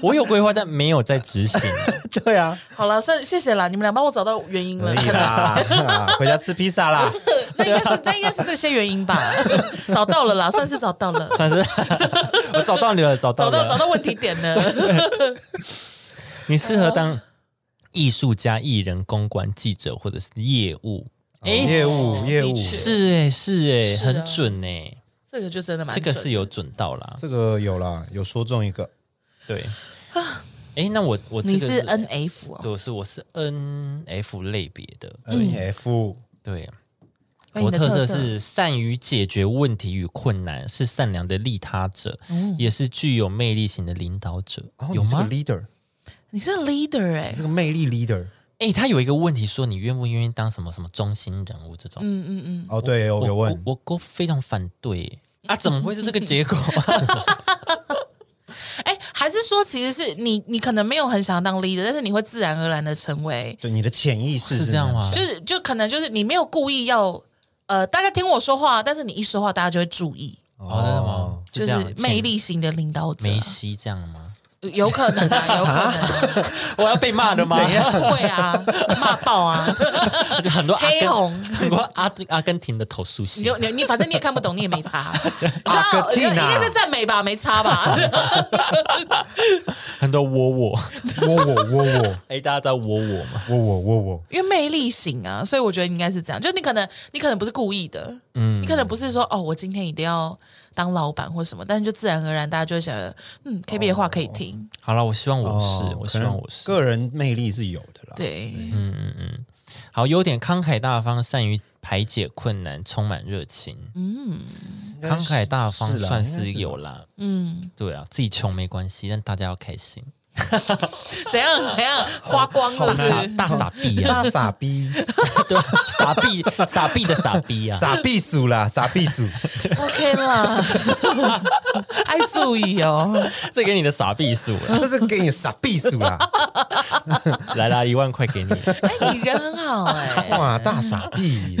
Speaker 1: 我有规划，但没有在执行。
Speaker 3: [LAUGHS] 对啊，
Speaker 2: 好了，算谢谢啦，你们俩帮我找到原因
Speaker 3: 可
Speaker 2: 了。
Speaker 3: 以
Speaker 1: 啊
Speaker 3: 啦， [LAUGHS] 回家吃披萨啦。
Speaker 2: [LAUGHS] 那应该是那应该是这些原
Speaker 1: [LAUGHS]
Speaker 2: 因吧，找到了啦，算是找到了， [LAUGHS]
Speaker 1: 算是我找到你了，找到
Speaker 2: 找到找
Speaker 1: 了，
Speaker 2: 到问题点了。
Speaker 1: [LAUGHS] 你适合当艺术家、艺人、公关、记者或者是业务。 [LAUGHS]
Speaker 2: 哦
Speaker 1: 哎，
Speaker 3: 业务业务
Speaker 2: 的，确
Speaker 1: 是哎，是哎，
Speaker 2: 是啊
Speaker 1: 很准哎，
Speaker 2: 这个就真的蛮
Speaker 1: 这
Speaker 2: 准
Speaker 1: 个是有准到啦。
Speaker 3: 这个有啦，有说中一个。
Speaker 1: 对，哎，那我我这
Speaker 2: 啊你
Speaker 1: 个
Speaker 2: 是 N F 哦，
Speaker 1: 对，我是我是 N F 类别的，
Speaker 3: N 呃 F
Speaker 1: 对，
Speaker 2: 哎
Speaker 1: 我
Speaker 2: 你
Speaker 1: 的
Speaker 2: 的
Speaker 1: 特
Speaker 2: 特
Speaker 1: 色是善于解决问题与困难，是善良的利他者，
Speaker 2: 嗯
Speaker 1: 也是具有魅力型的领导者，
Speaker 3: 哦
Speaker 1: 有
Speaker 3: 你是个
Speaker 1: 吗？
Speaker 3: leader，
Speaker 2: 你是 leader 哎
Speaker 3: 你是，个魅力 leader。
Speaker 1: 哎，他有一个问题说，你愿不愿意当什么什么中心人物这种？
Speaker 2: 嗯嗯嗯，
Speaker 3: 哦，对，有有问，
Speaker 1: 我哥非常反
Speaker 2: [LAUGHS]
Speaker 1: 对啊，怎么会是这个结果？哦
Speaker 2: 哎，还是说其实是你你可能没有很想当 leader，但是你会自然而然的成为，
Speaker 3: 对你的潜意识
Speaker 1: 是这样吗？？
Speaker 2: 就是就可能就是你没有故意要。呃，大家听我说话，但是你一说话，大家就会注意，
Speaker 1: 哦，真的吗？
Speaker 2: 就是
Speaker 1: 这样
Speaker 2: 魅力型的领导者
Speaker 1: 前，梅西这样吗？
Speaker 2: 有可能啊，有可
Speaker 1: [LAUGHS]
Speaker 2: 能
Speaker 1: 我要被骂的吗？
Speaker 2: 啊会啊，骂爆啊，
Speaker 1: 就很多阿
Speaker 2: 黑
Speaker 1: 根，
Speaker 2: 红，
Speaker 1: 很多阿阿根廷的投诉
Speaker 2: 你
Speaker 1: 信
Speaker 2: 就，你你反正你也看不懂，你也
Speaker 1: [LAUGHS]
Speaker 2: 没差，你知
Speaker 3: 阿
Speaker 2: 道
Speaker 3: 根廷啊
Speaker 2: 应该是赞美吧，没差吧？
Speaker 1: 很多窝我。
Speaker 3: 我我我我
Speaker 1: 哎，大家知道窝我吗？
Speaker 3: 我我我我，
Speaker 2: 因为魅力型啊，所以我觉得应该是这样。就你可能，你可能不是故意的，嗯，你可能不是说哦，我今天一定要当老板或什么，但是就自然而然大家就会想得，嗯，K B 的话可以听，
Speaker 1: 好了，我希望我
Speaker 3: 哦
Speaker 1: 是，我希
Speaker 3: 可
Speaker 1: 望
Speaker 3: 能
Speaker 1: 我是。
Speaker 3: 个人魅力是有的啦。
Speaker 2: 对，
Speaker 1: 好，优点慷慨大方，善于排解困难，充满热情。嗯，
Speaker 3: 应该
Speaker 1: 慷
Speaker 3: 是，
Speaker 1: 慨大方
Speaker 3: 是啦
Speaker 1: 算
Speaker 3: 应该
Speaker 1: 是
Speaker 3: 是
Speaker 1: 有啦。嗯，对啊，自己穷没关系，但大家要开心。
Speaker 2: 怎样怎样花光了是
Speaker 1: 大大傻逼啊！
Speaker 3: 大傻逼，
Speaker 1: [LAUGHS] 对，啊傻逼，傻逼的 [LAUGHS] 傻逼啊！
Speaker 3: 傻逼鼠 [LAUGHS] 啦，傻逼鼠，
Speaker 2: o k 啦， [LAUGHS] 爱注意哦，
Speaker 1: 这给你的傻逼数了，
Speaker 3: 这是给你傻逼鼠 [LAUGHS] 啦！
Speaker 1: 来啦，一万块 [LAUGHS] 给你。
Speaker 2: 哎，你人很好哎、
Speaker 3: 哇，大傻 [LAUGHS] 逼，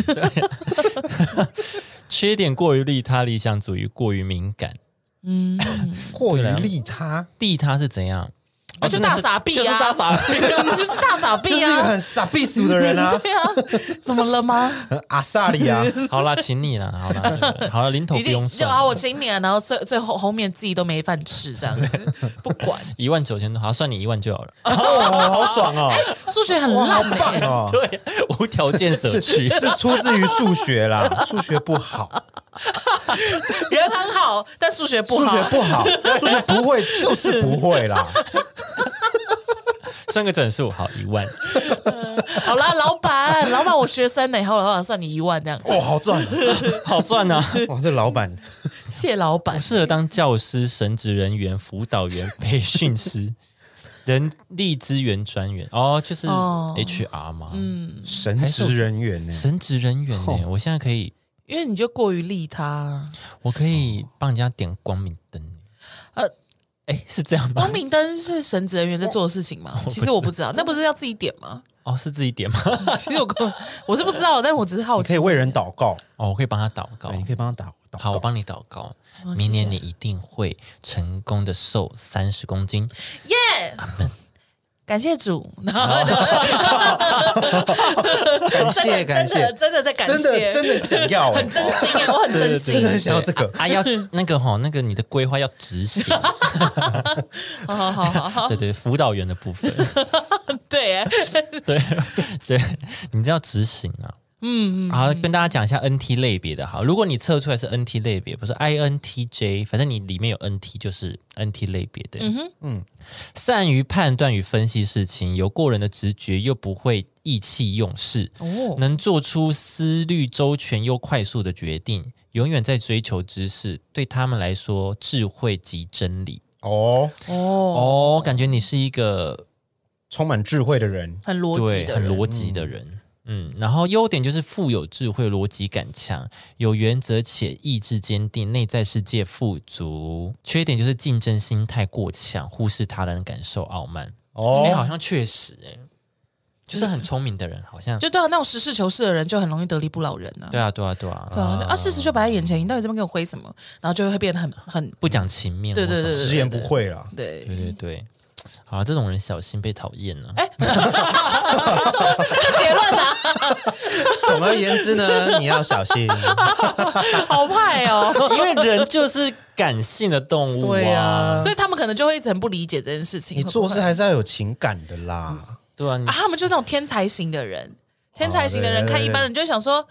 Speaker 1: 缺点过于利他，理想主义过于敏感。
Speaker 2: 嗯
Speaker 3: 过于利他，
Speaker 1: 利他是怎样？
Speaker 2: 那
Speaker 1: 哦
Speaker 2: 就
Speaker 1: 真的
Speaker 2: 大
Speaker 1: 是
Speaker 2: 傻逼啊
Speaker 1: 就是大傻
Speaker 2: [LAUGHS]
Speaker 1: 逼。
Speaker 2: 你就是大傻
Speaker 3: 就是
Speaker 2: 逼
Speaker 3: 一个
Speaker 2: 啊，
Speaker 3: 很傻逼鼠的人啊，
Speaker 2: [LAUGHS] 对啊，怎么了吗？
Speaker 3: 很阿萨里啊，
Speaker 1: 好啦，请你啦，好啦，这
Speaker 2: [LAUGHS]
Speaker 1: 个好了，零头
Speaker 2: 已
Speaker 1: 不用
Speaker 2: 经就
Speaker 1: 算
Speaker 2: 啊，
Speaker 1: 了，
Speaker 2: 我请你啊，然后最最后后面自己都没饭吃这样子，不管。
Speaker 1: 一万九千多，好，算你一万就好了。
Speaker 3: [LAUGHS] 哦，好爽哦，
Speaker 2: 数学很烂、欸，
Speaker 3: 棒哦，
Speaker 1: 对，无条件舍
Speaker 3: 是
Speaker 1: 去。
Speaker 3: 是出自于数学 [LAUGHS] 啦，数学不好，
Speaker 2: [LAUGHS] 人很好，但数学不
Speaker 3: 数
Speaker 2: 好。
Speaker 3: 学不好，数学不会就是不会啦，
Speaker 1: 算个整数，好一万。
Speaker 2: 好啦，老板，老板，我学生呢、好了好了，算你一万这样。
Speaker 3: 哦，好赚，
Speaker 1: 好赚啊！
Speaker 3: 哇，这老板
Speaker 2: 谢老板，
Speaker 1: 适合当教师、神职人员、辅导员、培训
Speaker 2: [LAUGHS]
Speaker 1: 师、人力资源专员。哦，就是
Speaker 2: 哦
Speaker 1: HR 嘛。嗯，
Speaker 3: 神职人员呢，
Speaker 1: 神职人员
Speaker 2: 哦
Speaker 1: 呢、我现在可以，
Speaker 2: 因为你就过于利
Speaker 3: [LAUGHS]
Speaker 2: 他。
Speaker 1: 我可以帮人家点光明灯。呃
Speaker 2: 呃，
Speaker 1: 哎，是这样吗
Speaker 2: 光？明灯是神职人员在做的事情
Speaker 3: [LAUGHS]
Speaker 2: 吗？其实我不知道，那不是要自己点吗？
Speaker 1: 哦，是自己点吗？
Speaker 2: 其实我根本我是不知道，但我只是好
Speaker 3: 你可
Speaker 2: 奇
Speaker 3: 以。为人祷告，
Speaker 1: 哦，我可以帮他祷告
Speaker 3: 对，。
Speaker 2: 哎
Speaker 3: 你可以帮他祷祷
Speaker 1: 好，我
Speaker 3: 告。
Speaker 1: 帮你祷告，
Speaker 2: 哦
Speaker 1: 明年
Speaker 2: 谢
Speaker 1: 你
Speaker 2: 谢
Speaker 1: 一定会成功的瘦三十公斤。
Speaker 2: [LAUGHS] 耶、感谢
Speaker 3: [LAUGHS]
Speaker 2: 主，然后 [LAUGHS] 真
Speaker 3: 感
Speaker 2: 的
Speaker 3: 谢感
Speaker 2: 真的
Speaker 3: 谢，
Speaker 2: 真的在感
Speaker 3: 真的
Speaker 2: 谢，
Speaker 3: 真的想要哎
Speaker 2: 很，真心耶，我很真
Speaker 3: 真
Speaker 2: 心
Speaker 3: 的。很想要这个。
Speaker 1: 啊，要那个哈，那个你的规划要执行。
Speaker 2: 好好好好好，
Speaker 1: 对对，辅导员的部分。
Speaker 3: [LAUGHS]
Speaker 2: 对耶，
Speaker 1: 对对，你这要执行啊。嗯，好，跟大家讲一下 NT 类别的哈。如果你测出来是 NT 类别，不是 INTJ，反正你里面有 NT 就是 NT 类别的。嗯哼，嗯，善于判断与分析事情，有过人的直觉，又不会意气用事，
Speaker 2: 哦
Speaker 1: 能做出思虑周全又快速的决定，永远在追求知识。对他们来说，智慧即真理。
Speaker 3: 哦，
Speaker 2: 哦，
Speaker 1: 哦，感觉你是一个
Speaker 3: 充满智慧的人，
Speaker 2: 很逻辑
Speaker 1: 对
Speaker 2: 的
Speaker 1: 很
Speaker 2: 人，
Speaker 1: 逻辑的人。嗯，然后优点就是富有智慧、逻辑感强、有原则且意志坚定，内在世界富足。缺点就是竞争心态过强，忽视他人感受，傲慢。
Speaker 3: 哦
Speaker 1: 哦，好像确实、欸，就是很聪明的人，好像
Speaker 2: 就对啊，那种实事求是的人就很容易得理不饶人啊。
Speaker 1: 对啊，对啊，对啊，
Speaker 2: 对啊，啊，事实就摆在眼前，你到底这边给我挥什么？然后就会变得很很
Speaker 1: 不讲情面或
Speaker 2: 对
Speaker 1: 什么，
Speaker 2: 对对
Speaker 3: 直言不讳啊啦。
Speaker 2: 对。
Speaker 1: 对对对好，啊这种人小心被讨厌了。
Speaker 2: 怎么是这个结论啊？ [LAUGHS]
Speaker 3: [LAUGHS] 总而言之呢，你要小心。
Speaker 2: 好派
Speaker 1: [LAUGHS]
Speaker 2: 哦。
Speaker 1: [LAUGHS] 因为人就是感性的动物
Speaker 2: 对
Speaker 1: 啊，
Speaker 2: 所以他们可能就会一直很不理解这件事情。
Speaker 3: [LAUGHS] 你
Speaker 2: 会不 [LAUGHS]
Speaker 3: 做
Speaker 2: 会
Speaker 3: 事还是要有情感的啦。
Speaker 1: 对啊，你
Speaker 2: 啊，他们就是那种天才型的人，天才型的人
Speaker 3: 哦对对
Speaker 2: 看
Speaker 3: 对
Speaker 2: 一般人就会想说，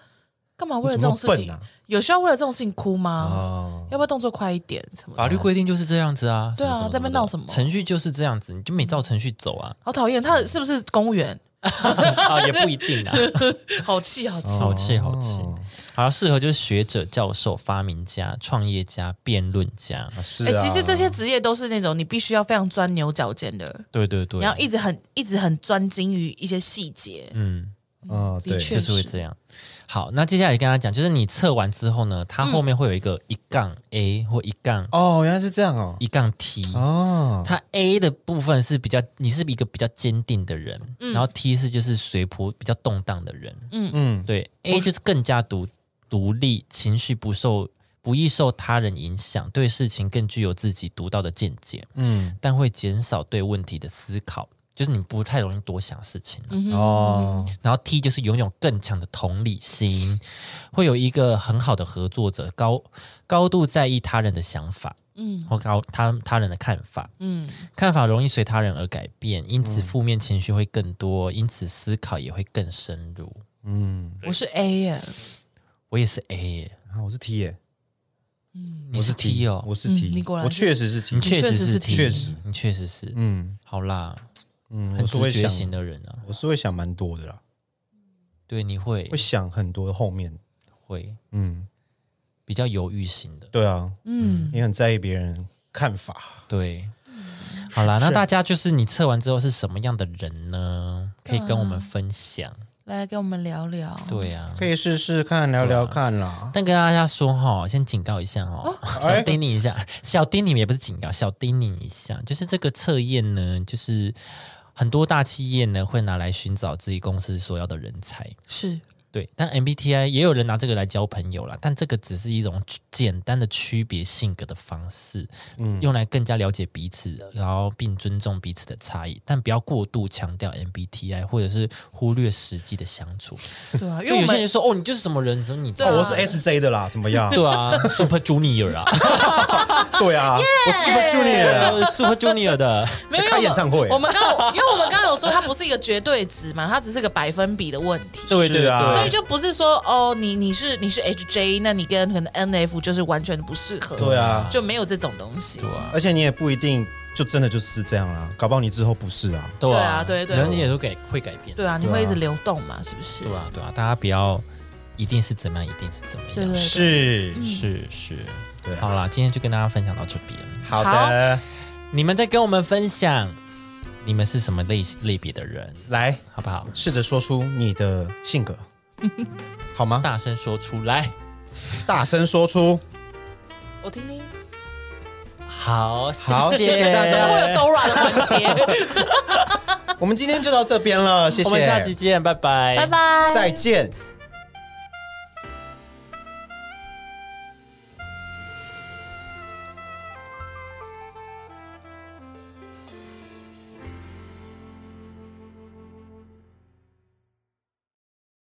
Speaker 2: 干嘛为了
Speaker 3: 你
Speaker 2: 这
Speaker 3: 怎么
Speaker 2: 种事
Speaker 3: 笨
Speaker 2: 情
Speaker 3: 啊？
Speaker 2: 有需要为了这种事情哭吗？
Speaker 3: 哦，
Speaker 2: 要不要动作快一点什么的？
Speaker 1: 法律规定就是这样子啊。
Speaker 2: 对啊
Speaker 1: 什么什么
Speaker 2: 在那边
Speaker 1: 的
Speaker 2: 闹什么
Speaker 1: 程序就是这样子，你就没照程序走
Speaker 2: [LAUGHS]
Speaker 1: 啊。
Speaker 2: 好讨厌，他是不是公务员？ [LAUGHS]
Speaker 1: 啊，也不一定啊。
Speaker 2: 好气，好气！
Speaker 1: [LAUGHS]
Speaker 3: 哦
Speaker 1: 好气，好气。好，适合就是学者、教授、发明家、创业家、辩论家。
Speaker 3: 是
Speaker 2: 哎，
Speaker 3: 啊。
Speaker 2: 其实这些职业都是那种你必须要非常钻牛角尖的，
Speaker 1: 对对对
Speaker 2: 你，要一直很一直很专精于一些细节。
Speaker 1: 嗯，
Speaker 3: 哦，对
Speaker 2: 的，确
Speaker 1: 就是会这样。好，那接下来跟大家讲，就是你测完之后呢，
Speaker 2: 嗯
Speaker 1: 它后面会有一个一杠 A 或一杠
Speaker 3: 哦，原来是这样哦。
Speaker 1: 一杠 T。
Speaker 3: 哦，
Speaker 1: 它 A 的部分是比较，你是一个比较坚定的人，然后 T 是就是随波比较动荡的人，
Speaker 3: 嗯，
Speaker 1: 对，A 就是更加独独立，情绪不受不易受他人影响，对事情更具有自己独到的见解，
Speaker 3: 嗯，
Speaker 1: 但会减少对问题的思考，就是你不太容易多想事情啊、
Speaker 2: 嗯
Speaker 3: 哦，
Speaker 1: 然后 T 就是拥有更强的同理心，会有一个很好的合作者，高高度在意他人的想法，嗯，或高他他人的看法，
Speaker 2: 嗯，
Speaker 1: 看法容易随他人而改变，因此负面情绪会更多，因此思考也会更深入。
Speaker 2: 我是 A 耶，
Speaker 1: 我也是 A 耶。
Speaker 3: 嗯啊我是 T 耶，
Speaker 1: 你是 T 哦，
Speaker 3: 我是 T，
Speaker 2: 嗯你果然
Speaker 3: 我
Speaker 2: 是
Speaker 3: 确实是 T，
Speaker 1: 你确实是 T，
Speaker 3: 确实，
Speaker 1: 你确实是，
Speaker 3: 嗯
Speaker 1: 好啦，
Speaker 3: 嗯，
Speaker 1: 很
Speaker 3: 我是会
Speaker 1: 直觉
Speaker 3: 想，
Speaker 1: 型的人啊，
Speaker 3: 我是会想蛮多的啦，
Speaker 1: 对，你会
Speaker 3: 会想很多后面，
Speaker 1: 会
Speaker 3: 嗯，
Speaker 1: 比较犹豫型的，
Speaker 3: 对啊，
Speaker 2: 嗯，
Speaker 3: 也很在意别人看法，
Speaker 1: 对。好啦，那大家就是你测完之后是什么样的人呢？可以跟我们分享。
Speaker 2: 来跟我们聊聊。
Speaker 1: 对啊，
Speaker 3: 可以试试看，聊聊看啦。
Speaker 1: 但跟大家说哈，先警告一下哈， [LAUGHS] 小叮咛一下，小叮咛也不是警告，小叮咛一下，就是这个测验呢，就是很多大企业呢会拿来寻找自己公司所要的人才。
Speaker 2: 是
Speaker 1: 对，但 MBTI 也有人拿这个来交朋友啦，但这个只是一种区简单的区别性格的方式，
Speaker 3: 嗯
Speaker 1: 用来更加了解彼此，然后并尊重彼此的差异，但不要过度强调 MBTI，或者是忽略实际的相处。
Speaker 2: 对啊，因
Speaker 1: 就
Speaker 2: 为我
Speaker 1: 有些人
Speaker 2: 们
Speaker 1: 说，哦，你就是什么人，什么你
Speaker 2: 对啊
Speaker 3: 哦，我是 SJ 的啦，怎
Speaker 2: [LAUGHS]
Speaker 3: 么样？
Speaker 1: 对啊
Speaker 3: [LAUGHS]
Speaker 1: ，Super Junior 啊，
Speaker 3: 对啊，我 Super Junior 啊
Speaker 1: 呃 [LAUGHS] Super Junior
Speaker 2: [LAUGHS]
Speaker 1: 的，
Speaker 2: 没有因为
Speaker 3: 开
Speaker 2: 我
Speaker 3: 演唱会
Speaker 2: 我们刚因为我们刚刚有说它不是一个绝对值嘛，它只是个百分比的问题。
Speaker 1: 对对
Speaker 3: 是啊
Speaker 1: 对，
Speaker 2: 所以就不是说哦，你你是你是 HJ，那你跟可能 NF 就是完全不适合，
Speaker 3: 对啊
Speaker 2: 就没有这种东西。对啊，
Speaker 3: 而且你也不一定就真的就是这样啦，搞不好你之后不是啊。
Speaker 1: 对
Speaker 2: 对啊对对
Speaker 1: 人也都改会改变，
Speaker 2: 啊你会一直流动嘛，是不是？
Speaker 1: 对啊对啊，大家不要一定是怎么样，一定是怎么
Speaker 2: 对对
Speaker 1: 样，
Speaker 2: 对
Speaker 3: 是，
Speaker 1: 是是，
Speaker 3: 对啊
Speaker 1: 好啦，今天就跟大家分享到这边。
Speaker 3: 好的，
Speaker 1: 你们再跟我们分享你们是什么类类别的人，
Speaker 3: 来
Speaker 1: 好不好？
Speaker 3: 试着说出你的性格，好吗？
Speaker 1: 大声说出来。
Speaker 3: 大声说出，
Speaker 2: 我听听，
Speaker 1: 好，
Speaker 3: 好谢谢大
Speaker 2: 真的会有 Dora 的环节。
Speaker 3: 我们今天就到这边了，谢谢，
Speaker 1: 我们下期见，拜拜，
Speaker 2: 拜拜，
Speaker 3: 再见。